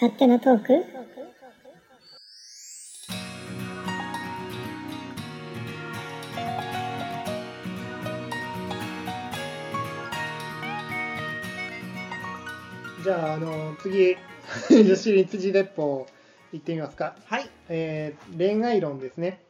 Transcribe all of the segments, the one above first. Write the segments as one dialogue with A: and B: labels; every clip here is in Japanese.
A: 勝手なトーク
B: じゃあ、あの、次、 女子に辻鉄砲行ってみますか。
C: はい。
B: えー恋愛論ですね。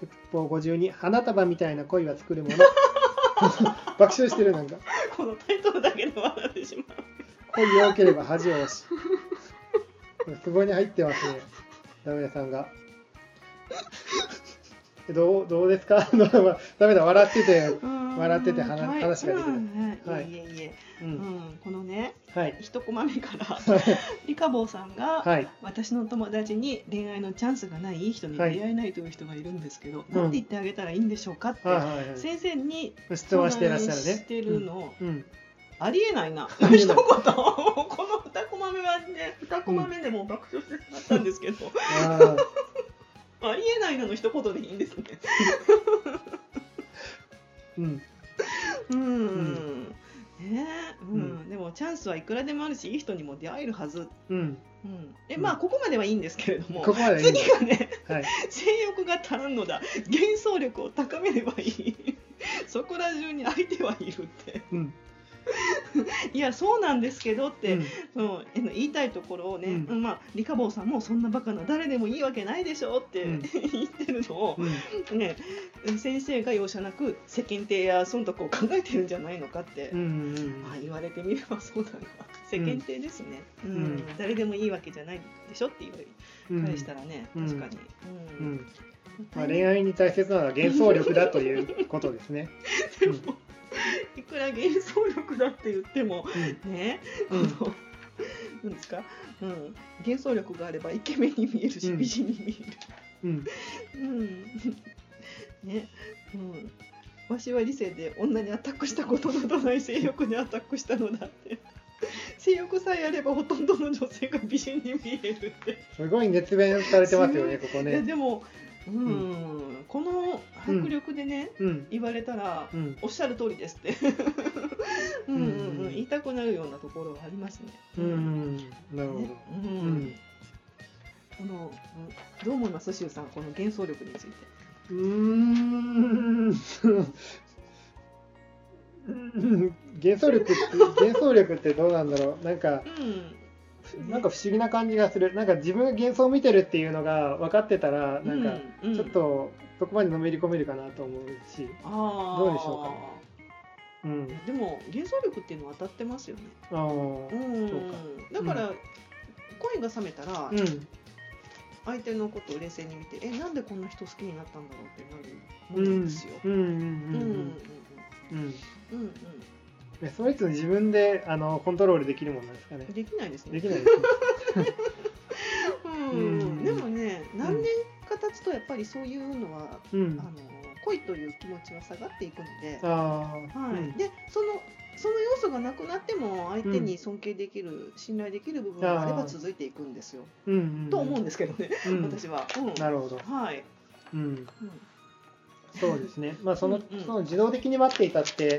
B: 鉄砲52、花束みたいな恋は作るもの。 爆笑してるなんか。
C: このタイトルだけで笑ってしまう。
B: 恋良ければ恥を押し。すごいに入ってますね。ダメさんが。どう、どうですか。 ダメだ、笑ってて。笑ってて話
C: はい
B: 話ができる
C: そうね
B: はい
C: いえいえいえ。
B: う。
C: うんん、このね、
B: はい。
C: 一コマ目からリカボーさんが、
B: はい。
C: 私の友達に恋愛のチャンスがないいい人に出会えないという人がいるんですけど、
B: ん
C: なんて言ってあげたらいいんでしょうかって、
B: はい。はいは
C: 先生に
B: い。質問していらっしゃる
C: 相談
B: ね
C: し。てるの、
B: うん。うん。
C: ありえないな
B: あ
C: 一
B: りえ
C: 言
B: ない
C: この二コマ目はね二コマ目でもう爆笑してしまったんですけど、
B: あー
C: ありえないなの一言でいいんですね
B: うん。
C: うん、ねえうん
B: う
C: でもチャンスはいくらでもあるしいい人にも出会えるはず、
B: うん。
C: うん、え
B: うん
C: まあここまではいいんですけれども
B: ここまでいいんだ
C: 次がね
B: はい。
C: 性欲が足らんのだ幻想力を高めればいい そこら中に相手はいるって
B: うん。
C: いやそうなんですけどって、
B: うん
C: そのえの言いたいところをね、
B: う
C: まあ、リカボーさんもそんなバカな誰でもいいわけないでしょって、
B: うん
C: 言ってるのを、
B: うん。
C: ね、先生が容赦なく世間体や損得を考えてるんじゃないのかって、
B: うんうんうん
C: まあ、言われてみればそうだな世間体ですね、うん
B: うん
C: 誰でもいいわけじゃないでしょって言われ
B: うん
C: 返したらね、
B: うん
C: 確かに、
B: う
C: うん
B: んまあ、恋愛に大切なのは幻想力だということですね。
C: いくら幻想力だって言ってもね、
B: うん
C: このなんですか、うん、幻想力があればイケメンに見えるし、
B: うん
C: 美人に見
B: うんうん
C: える、うん ねうん、わしは理性で女にアタックしたことのどない性欲にアタックしたのだって性欲さえあればほとんどの女性が美人に見えるって
B: すごい熱弁されてますよね、ここ
C: いや
B: ね。
C: でも、うんこの迫力でね、
B: うん
C: 言われたら、
B: うん
C: おっしゃる通りですって うんうん、うん言いたくなるようなところはありますね。
B: う
C: ね
B: んな
C: う
B: るほど
C: ん。このうんどう思いますしゅうさんこの幻想力について。
B: うーんうん幻想力って幻想力ってどうなんだろうなんか
C: うん
B: なんか不思議な感じがするなんか自分が幻想を見てるっていうのが分かってたらなんか
C: うん
B: ちょっ
C: うん
B: とそこまでのめり込めるかなと思うし、
C: あー
B: どうでしょうん、
C: いやでも幻想力っていうのは当たってますよね。
B: あー
C: うん
B: そう
C: だから、恋が冷めたら、
B: うん
C: 相手のことを冷静に見てえなんでこんな人好きになったんだろうってな
B: う
C: るも
B: ん
C: のですよ。
B: うん
C: うんうんうん
B: うん
C: うんうん
B: うんその人自分であのコントロールできるもんなんですかね
C: うんできないですね。
B: できないですね
C: う
B: う
C: ん
B: んうん
C: でもね何年か経つとやっぱりそういうのは、
B: う
C: あの
B: ん
C: 恋という気持ちは下がっていくので、
B: ああ
C: はいでそのその要素がなくなっても相手に尊敬できる、信頼できる部分があれば続いていくんですよ、
B: うんうんうん
C: と思うんですけどね、
B: うん
C: 私は。うん
B: なるほど
C: はい、
B: うん
C: うん
B: そうですねまあその,、
C: うんうん
B: その自動的に待っていたって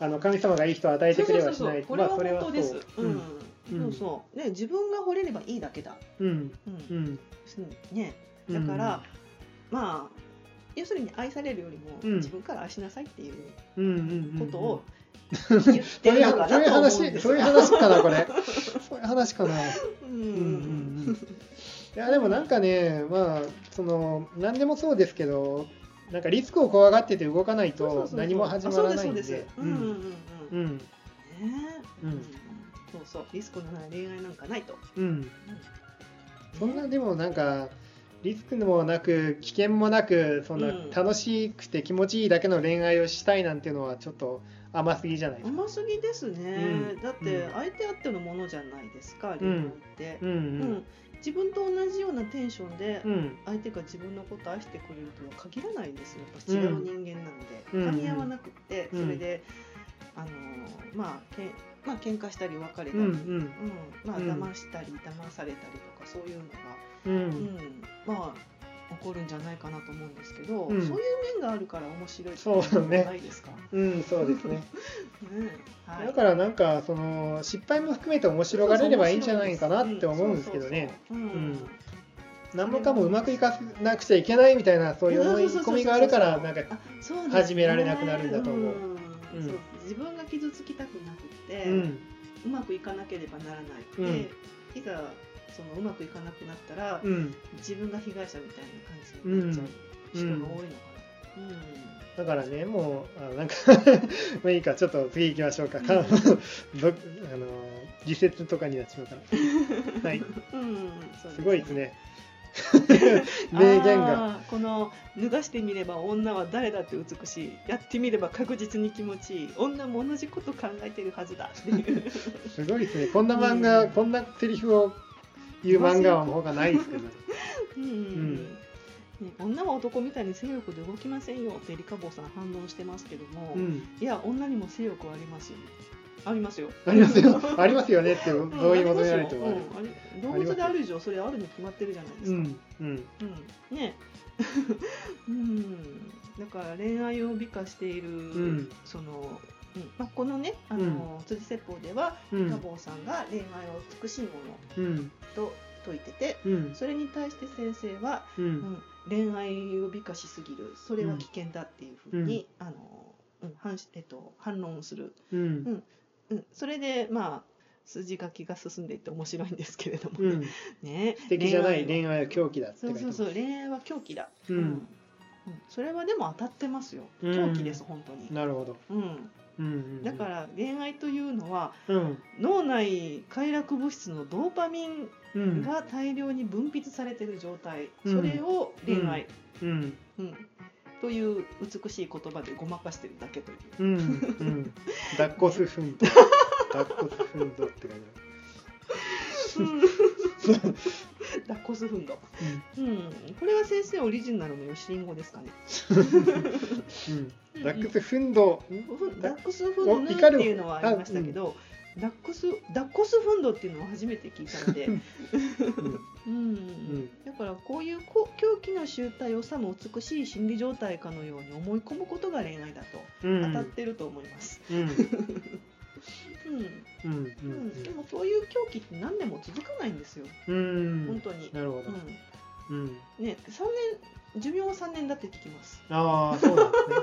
B: あの神様がいい人を与えてくれはしない
C: これは本当です。
B: まあ
C: う
B: それ
C: ん
B: は、
C: そうそう、ね、自分が惚れればいいだけだ。
B: そううん
C: うん、
B: うん
C: うんね、だから、まあ。要するに愛されるよりも、
B: うん
C: 自分から愛しなさいっていう
B: うんうんうんうん
C: こ とを。言って
B: そうい
C: る
B: う
C: のか
B: そう
C: な
B: いう
C: と思うん
B: 話
C: です
B: そういう 話かなこれそういう話かな
C: う
B: うんうん
C: ん
B: うんいやでもなんかねまあその何でもそうですけどなんかリスクを怖がってて動かない
C: そうそうそう
B: と
C: そう
B: 何も始まらないん
C: あそう
B: です
C: そうすう
B: うん
C: うんうん
B: んう
C: うん。ね
B: んう
C: え
B: ん
C: そうそう、リスクのない恋愛なんかないと。
B: うんそんなでもなんかリスクもなく危険もなくそんな
C: うん
B: 楽しくて気持ちいいだけの恋愛をしたいなんていうのはちょっと甘すぎじゃないですか。
C: 甘すぎですね。
B: うん
C: だって
B: うん
C: 相手あってのものじゃないですか、恋愛って。
B: うん
C: うん自分と同じようなテンションで
B: うんうん
C: 相手が自分のことを愛してくれるとは限らないんですよやっぱ違う人間なので、
B: うん
C: 噛み合わなくって、
B: うん
C: それであのーまあけんまあ喧嘩したり別れた
B: う
C: り、
B: んう
C: うん
B: ん
C: まあ
B: うん
C: 騙したり騙されたりとかそういうのが、
B: う
C: うん
B: ん
C: まあ起こるんじゃないかなと思うんですけど、
B: うん
C: そういう面があるから面白いって
B: そうだね
C: ないですか。ね
B: うん、そうですね。
C: はい
B: だからなんかその失敗も含めて面白がれればいいんじゃないかなって思うんですけどね。
C: そうそうそう。うん
B: 何もかもうまくいかなくちゃいけないみたいなそういう思い込みがあるからなんか
C: あそうですね
B: 始められなくなるんだと思うんうん
C: そう自分が傷つきたくなく
B: う
C: て、うんまくいかなければならない。
B: うん
C: で、いざそのうまくいかなくなったら、
B: うん
C: 自分が被害者みたいな感じになっちゃう人が多いのかな。うん
B: だからねもうあなんか まあいいかちょっと次行きましょうか。
C: うん
B: ぶあの自説とかになっちまう から。はい。
C: うん、そう
B: すごいです。 ね。
C: あー
B: 名言が。
C: この脱がしてみれば女は誰だって美しいやってみれば確実に気持ちいい女も同じこと考えてるはずだっていう
B: すごいですね。こんな漫画、
C: うん
B: こんなセリフを言う漫画はほかない ですけど。
C: うん、ね女は男みたいに性欲で動きませんよってリカボーさん反論してますけども、
B: うん。
C: いや女にも性欲はありますよありますよ。
B: ありますよありますよねって同
C: うん
B: 意求められても
C: あ
B: あ
C: り
B: る
C: ま。すようんあれ動物である以上それあるに決まってるじゃないです
B: う
C: か、
B: ん。うん。
C: うんね うんだから恋愛を美化している、
B: ん
C: その、うんまあ、このねあの、辻説法では
B: う
C: 多
B: ん。
C: 房さんが恋愛を美しいも
B: うん。
C: のと説いてて
B: うん。
C: それに対して先生は、
B: う。
C: うんん、恋愛を美化しすぎるそれは危険だっていうふうに、あのうん反しえっと、反論をする、
B: うん。
C: うん、それでまあ筋書きが進んでいって面白いんですけれども、
B: うん。
C: ね
B: 素敵じゃない
C: 恋愛を
B: 恋愛は狂気だって書
C: そ
B: いうて
C: そ
B: ま
C: う
B: す
C: そう。恋愛は狂気だ、
B: うん
C: うんそれはでも当たってますよ
B: うん
C: 狂気です、本当に、
B: なるほど。
C: うん、
B: うんうん。
C: だから恋愛というのは
B: ら。うん。
C: 脳内快楽物質のドーパミン
B: うん。
C: が大量に分泌されてる状態、
B: うん
C: それを恋愛、
B: うん。
C: うんという美しい言葉でごまかしてるだけという、
B: うん。うん。抱っこすふんと。抱っこすふんとって書いてある。
C: ダッコスフンド、
B: うん
C: うん、これは先生オリジナルのヨシリン語ですかね
B: うん。ダックスフンド。
C: ダックスフンドっていうのはありましたけど、ダックスダックスフンドっていうのは初めて聞いたので、うんだからこういうこ狂気の集大をさも美しい心理状態かのように思い込むことが恋愛だと
B: うん。う
C: 当たっ
B: ん。
C: てると思います。
B: うん。
C: うん
B: うん。う
C: うん
B: ん
C: でもそういう狂気って何年も続かないんですよ、
B: うん。
C: 本当に。
B: なるほど。
C: う
B: うん。
C: んね、3年寿命は3年だって聞きます。
B: ああ、そうなんですね。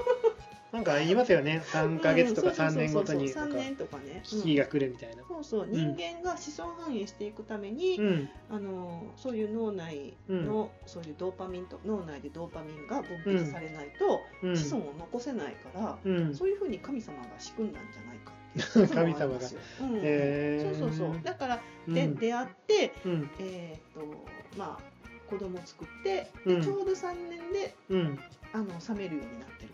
B: なんか言いますよね。三ヶ月とか
C: うんそう
B: 三
C: そう
B: 年ごと
C: そう
B: にな
C: そうん3
B: か
C: 年とかね。
B: 危機が来るみたいな。
C: そうそう人間が子孫繁栄していくために、
B: うん。
C: あのそういう脳内の、そういうドーパミンと脳内でドーパミンが分泌されないと、
B: うん。
C: 子孫を残せないから、
B: うん。
C: そういうふうに神様が仕組んだんじゃないかって いう
B: 神様が
C: そうなんですようん
B: へー
C: そうそうそうだから、
B: うん
C: で出会って
B: うん。
C: えーっとまあ子供作って
B: う
C: で
B: ん
C: ちょうど3年で
B: うん。
C: あの冷めるようになってる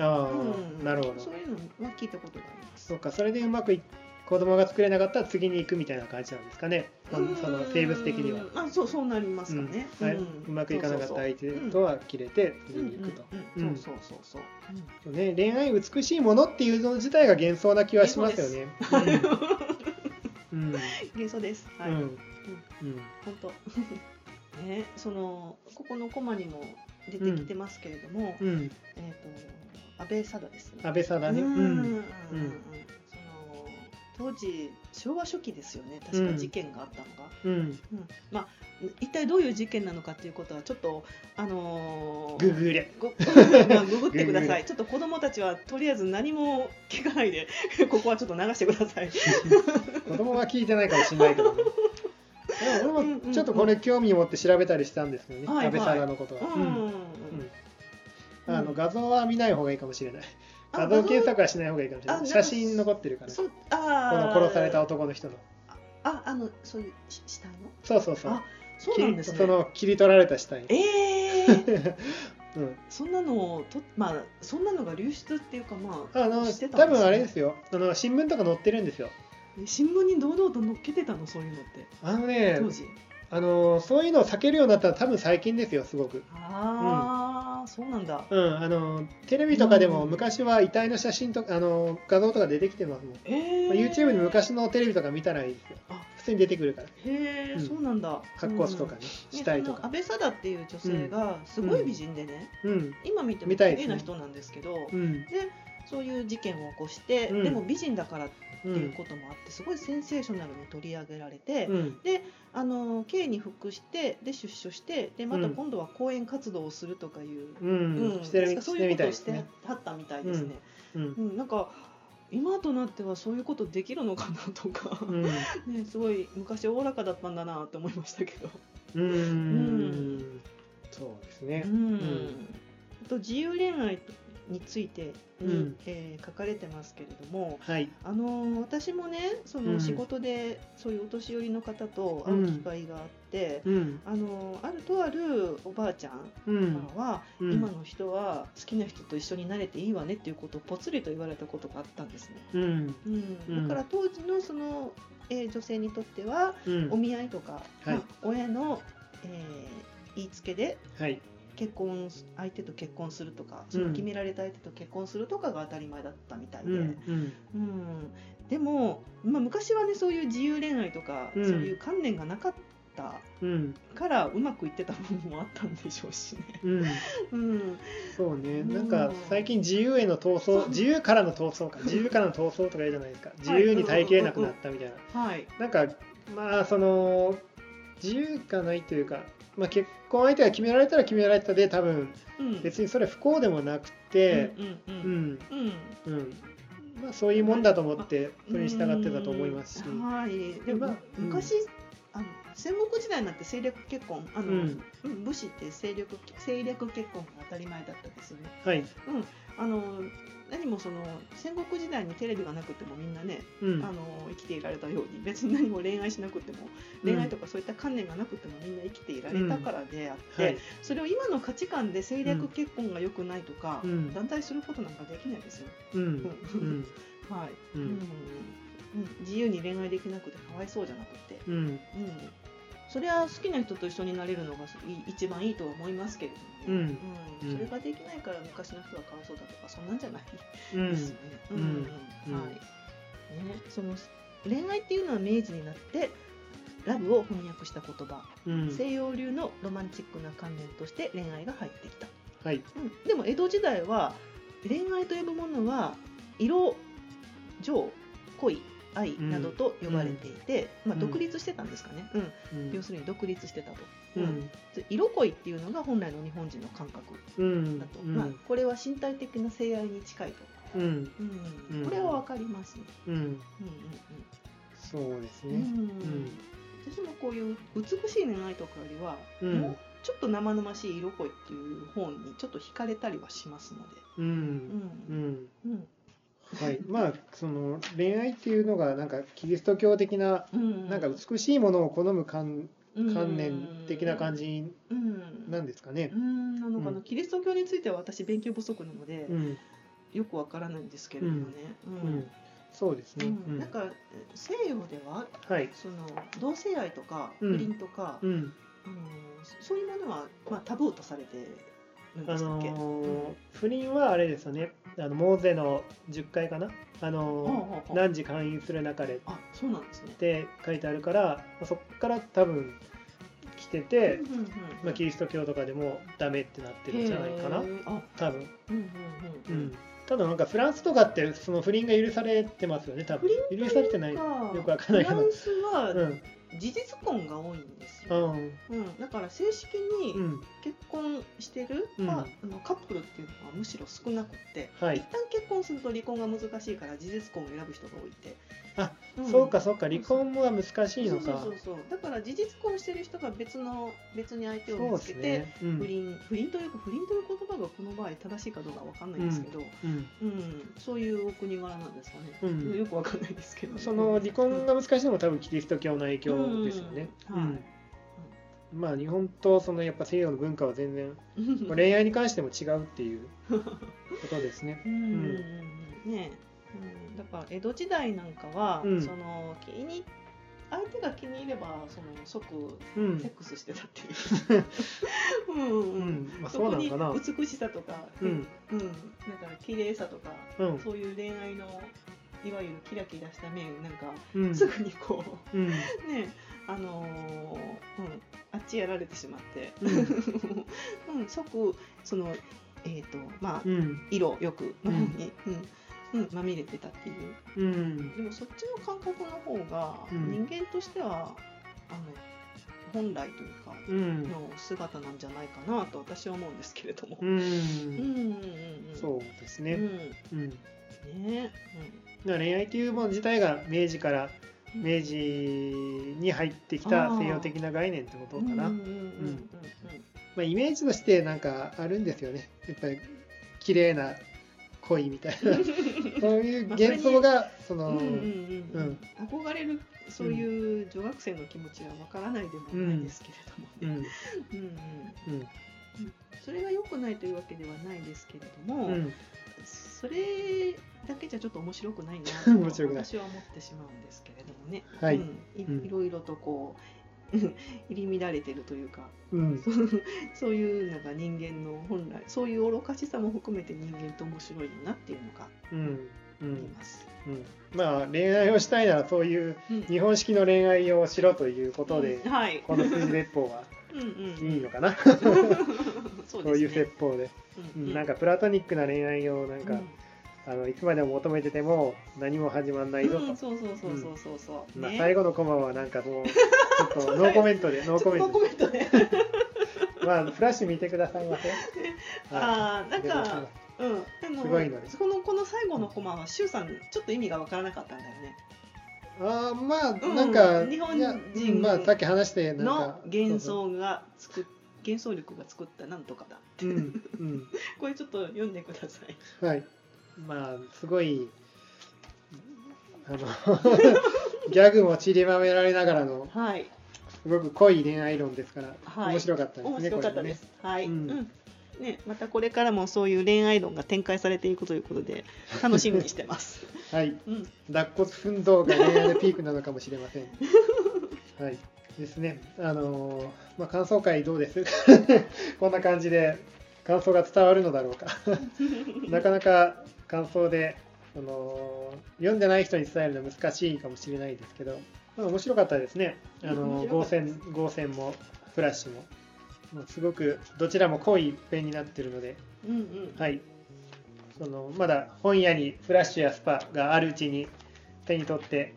B: あ
C: と、
B: あ、
C: うん
B: なるほど
C: そう。いうのは聞いたことがあります
B: そうか、それでうまくい子供が作れなかったら次に行くみたいな感じなんですかね。そのその生物的には。
C: うんあそうそうなりますかね、
B: うんはいう
C: うん
B: うまくいかなかった
C: そうそうそう
B: 相手とは切れて次に行くと。
C: うんうんうん
B: うん
C: そうそうそうそう、
B: ね、恋愛美しいものっていうの自体が幻想な気はしますよね。うん。うん。
C: 幻想ですは
B: う
C: い、
B: ん。うん。
C: 本当 ねそのここのコマにも出てきてますけれども、
B: うん。
C: えっ、と安倍貞ですね
B: 安倍さんだね。う
C: うんうんうん
B: ん。
C: うんその当時昭和初期ですよね確
B: う
C: か
B: ん
C: 事件があったのが、
B: うん。
C: うんまあ一体どういう事件なのかっていうことはちょっとあのー
B: ググれ。
C: ごまあググってください。ちょっと子供たちはとりあえず何も聞かないで、ここはちょっと流してください。
B: 子供は聞いてないかもしれないけどね。でも俺もちょっとこれ興味持って調べたりしたんですけどね、
C: はいはい
B: 安倍さんのことは、
C: うん
B: うんあの画像は見ない方がいいかもしれない。
C: あ
B: 画像検
C: 画
B: 索はしない方がいいかもしれな。
C: あないんか
B: 写真残ってるから、
C: そ
B: こ
C: うあ
B: の
C: ー
B: 殺された男の人の。
C: ああのそういうし死体の
B: そうそうそう
C: あ。そうなんです
B: 切りそ
C: ね。
B: の切り取られた死体。
C: えー、
B: うん、
C: そんなのをとまあそんなのが流出っていうかまあ
B: あの、
C: 知ってた
B: 多
C: んですね
B: 分あれですよ。あの新聞とか載ってるんですよ。
C: 新聞に堂々と載っけてたのそういうのって
B: あのね
C: 当、時。
B: あのそういうのを避けるようになったら多分最近ですよ、すごく。
C: ああ、そうなんだ。
B: うん、あのテレビとかでも
C: うん
B: 昔は遺体の写真とかあの画像とか出てきてますもん。
C: えー、
B: YouTube に昔のテレビとか見たらいいですよ。
C: あ
B: 普通に出てくるから
C: へえ、
B: うん
C: そうなんだ
B: 格好とかね、
C: うん
B: したい
C: ね
B: と
C: その
B: か
C: 安倍貞っていう女性がすごい美人でね、
B: うん
C: 今見ても
B: 見
C: 綺
B: たいです
C: 麗
B: ね
C: な人なんですけど
B: うん
C: そういう事件を起こして、
B: うん
C: でも美人だからって
B: うん
C: いうこともあってすごいセンセーショナルに取り上げられて、
B: うん
C: あの刑に服してで出所してでまた
B: うん
C: 今度は講演活動をするとかいう、
B: うん、
C: うん
B: して
C: 確
B: る
C: か
B: し
C: そう
B: て
C: いう
B: み
C: こ
B: たい
C: とを
B: で
C: し
B: す
C: ては
B: ね。
C: ったみたいですね、
B: うん
C: うんなんか今となってはそういうことできるのかなとか、
B: うん
C: ね、すごい昔おおらかだったんだなと思いましたけど。
B: うーんそうですね
C: う。んあと自由恋愛についてに、
B: うん
C: えー書かれてますけれども、
B: はい。
C: あのー私もねそ
B: うん
C: の仕事でそういうお年寄りの方と会う機会があって、
B: うん。
C: あのーあるとあるおばあちゃん
B: うん。
C: からは、
B: うん
C: 今の人は好きな人と一緒になれていいわねっていうことをぽつりと言われたことがあったんですね。
B: うん。
C: うん、だから当時のその、えー女性にとっては
B: うん
C: お見合いとか、
B: はい
C: まあ親の、えー言いつけで
B: はい。
C: 結婚す相手と結婚するとかその決められた相手と結婚するとかが当たり前だったみたいで、
B: う
C: うん
B: ん。うん。
C: でも、まあ、昔はねそういう自由恋愛とか、
B: うん
C: そういう観念がなかった
B: うん。
C: からうまくいってた部分もあったんでしょうしね。
B: うん。
C: うん、
B: そうね。
C: うん
B: なんか最近自由への闘
C: そう
B: 争、自由からの闘 争か、自由からの闘争とか言うじゃないですか。自由に耐えきれなくなったみたいな。
C: はい、
B: なんかまあその自由がないというか、まあ結婚相手が決められたら決められたで多分
C: うん、
B: 別にそれ不幸でもなくて、
C: うんう
B: うん
C: うん
B: ん。
C: うん
B: うんまあ、そういうもんだと思ってそれに従ってたと思いますし、
C: うんはい、で
B: ま
C: も、
B: あうん
C: 昔あの戦国時代になって政略結婚あの、
B: うん
C: うん武士って政略政略結婚が当たり前だったんですよね。
B: はい、
C: あの何もその戦国時代にテレビがなくてもみんなね、
B: うん
C: あの生きていられたように別に何も恋愛しなくても恋愛とかそういった観念がなくてもみんな生きていられたからであって、
B: はい、
C: それを今の価値観で政略結婚が良くないとか、
B: うん
C: 団体することなんかできないですよ。
B: うん
C: う
B: うんん
C: はい
B: うん
C: うんうん自由に恋愛できなくてかわいそうじゃなくて、
B: うん
C: うん、それは好きな人と一緒になれるのがい一番いいとは思いますけれどもね、
B: うん
C: それができないから昔の人はかわいそうだとかそんなんじゃない
B: うん
C: ですよね。
B: うん
C: うん
B: うん
C: はいね、その恋愛っていうのは明治になってラブを翻訳した言葉、
B: うん
C: 西洋流のロマンチックな観念として恋愛が入ってきた、
B: はい
C: うん、でも江戸時代は恋愛と呼ぶものは色情恋愛などと呼ばれていて、
B: ん
C: まあ、
B: うん
C: 独立してたんですかね、うん
B: うん
C: 要するに独立してたと、
B: うん
C: 色恋っていうのが本来の日本人の感覚
B: うん
C: だと、
B: うん
C: まあ、これは身体的な性愛に近いと、
B: うん
C: うん
B: うん
C: これはわかりますね、
B: うん
C: うんうん
B: そうです
C: うん
B: ね
C: うん私もこういう美しい恋愛とかよりは、
B: うん
C: もうちょっと生々しい色恋っていう本にちょっと惹かれたりはしますので、
B: う
C: うん
B: うんん
C: うん
B: はいまあその恋愛っていうのがなんかキリスト教的な
C: うん、
B: なんか美しいものを好む観
C: うん
B: 観念的な感、じ
C: うん、
B: なんですかね
C: う。んなのかな、
B: うん
C: キリスト教については私勉強不足なので、
B: うん
C: よくわからないんですけれどもね、うん
B: うんそうです
C: う
B: ね。
C: ん
B: うん
C: なんか西洋では
B: はい。
C: その同性愛とか
B: うん
C: 不倫とか、
B: うん
C: あのそういうものは、まあ、タブーとされてるん
B: あ
C: でしたっ
B: の
C: け、
B: ー不倫はあれですよね、あのモーゼの10回かな、あの
C: あ
B: ー何時勧誘する中でっ
C: あそうなんですね。
B: て書いてあるから、そこから多分来てて
C: うん、うんうん
B: まあ、キリスト教とかでもダメってなってるんじゃないかな
C: へ、ーあ
B: 多分、
C: うんうん
B: う
C: うん
B: ん、ただなんかフランスとかってその不倫が許されてますよね、多分
C: 不
B: 許されてない、よ
C: よ
B: くわかんないけ
C: フラ
B: ど
C: ン。スは
B: うん
C: 事実婚が多いんです
B: う
C: よ、
B: ん
C: うん、だから正式
B: う
C: に
B: ん
C: 結婚してる、
B: うん
C: まあ、あのカップルっていうのはむしろ少なくって、
B: は
C: 一
B: い、
C: 旦結婚すると離婚が難しいから事実婚を選ぶ人が多いって
B: あ、
C: ん
B: そうかそうか離婚は難しいのか
C: そうそうそうそうだから事実婚してる人が別の別に相手を
B: そう
C: 見
B: で
C: つけ
B: す
C: て、
B: ね、う
C: 不
B: ん
C: 倫不倫というか不倫という言葉がこの場合正しいかどうかわかんないんですけど、
B: うん
C: うんそういうお国柄なんですかね、
B: うん
C: よくわかんないですけど、
B: その離婚が難しいのも多分キリスト教の影響ですよね。
C: うん
B: うん
C: はい
B: まあ日本とそのやっぱ西洋の文化は全然
C: うん
B: まあ恋愛に関しても違うっていうことですね。
C: うんうんうんねえ、うん、だから江戸時代なんかは、
B: うん
C: その気に相手が気に入ればその即
B: う
C: セ ッ
B: ん、
C: クスしてたって いう。うんうん
B: う
C: うん
B: ん、まあ
C: そ
B: そう
C: こ
B: なの
C: に
B: かな。
C: 美しさとか、
B: うん
C: うん、だから綺麗さとか、
B: うん
C: そういう恋愛のいわゆるキラキラした面なんか
B: うん
C: すぐにこ
B: うん
C: うねあのーうん、あっちやられてしまって、
B: う
C: うん、即そのえっ、とまあ、
B: うん
C: 色よくの方に、うんうん、まみれてたっていう
B: うん
C: でもそっちの感覚の方が
B: うん
C: 人間としては、あの本来というか
B: うん
C: の姿なんじゃないかなと私は思うんですけれども。
B: う
C: うん
B: ん
C: うんうんうん、
B: そうです
C: う
B: ね
C: ん
B: うんだか
C: ね
B: ら恋愛というもの自体が明治から
C: うん、
B: 明治に入ってきた西洋的な概念ってことかな
C: うんうんうんうん
B: まあイメージとしてなんかあるんですよねやっぱり綺麗な恋みたいなそういう幻想がそ
C: うんう
B: の
C: んうんうんうん憧れるそういう女学生の気持ちはわからないでもないですけれども
B: うん
C: ね、うんうん
B: うん
C: それが良くないというわけではないですけれども、
B: うん
C: それだけじゃちょっと面白くないな
B: 面白くない
C: 私は思ってしまうんですけれどもね、
B: はい
C: うんい
B: うん
C: いろいろとこう 入り乱れてるというか
B: うん
C: そういうのが人間の本来そういう愚かしさも含めて人間って面白いよなっていうのが
B: うんう
C: あり
B: ん
C: ます。
B: うんまあ恋愛をしたいならそういう
C: うん
B: 日本式の恋愛をしろということで
C: うんはい、
B: この筋鉄砲は
C: うんうん
B: いいのかな
C: そう
B: そうい
C: で
B: う
C: すね
B: 説法で、
C: う
B: うんなん
C: か
B: かプラトニックな恋愛をなんか、あのいつまでも求めてても何も始まんないぞと、
C: うん、そうそうそうそうそうそう、
B: まあ、
C: ね
B: 最後のコマはなんかもう ちょっとノーコメントでノー
C: ち
B: コ
C: ょ
B: メ
C: っと
B: ン
C: ノ
B: ト
C: ーコメントね
B: でまあフラッシュ見てくださいませは
C: ああなん
B: い
C: かうん、でも
B: すごいので
C: このこの最後のコマはシュウさんちょっと意味がわからなかったんだよね。
B: あーまあ
C: うん
B: なんか、
C: 日本人
B: いやうんまあさっき話してなんか
C: の幻
B: そう
C: 想がつく幻想力が作ったなんとかだ。
B: そううんうん
C: これちょっと読んでください。
B: はいまあすごいあ のギャグも散りばめられながらの
C: はい、
B: すごく濃い恋愛論ですから、
C: はい
B: 面白かったですね
C: 面白かった
B: これ
C: で
B: ね
C: す。はい、
B: う
C: うんん。ね、またこれからもそういう恋愛論が展開されていくということで楽しみにして ます。
B: はい
C: うん、
B: 脱骨奮闘が恋愛のピークなのかもしれ ません。はい。ですね。あのーまあ、感想会どうです こんな感じで感想が伝わるのだ ろうか。なかなか感想で、その読んでない人に伝えるの難しいかもしれないですけど、まあ、面白かったですね。あのー
C: 面白
B: 合
C: かったです
B: 戦、合戦もフラッシュも。もうすごくどちらも濃い一編になってるので、
C: うん、うん。
B: はい、そのまだ本屋にフラッシュやスパがあるうちに手に取って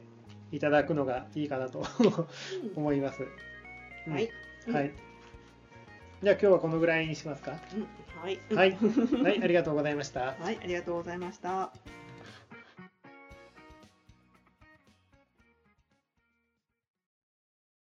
B: いただくのがいいかなと思います。うん
C: はい、
B: はい、じゃあ今日はこのぐらいにしますか。
C: うん、はい、
B: はい、はい、ありがとうございました。
C: はい、ありがとうございました。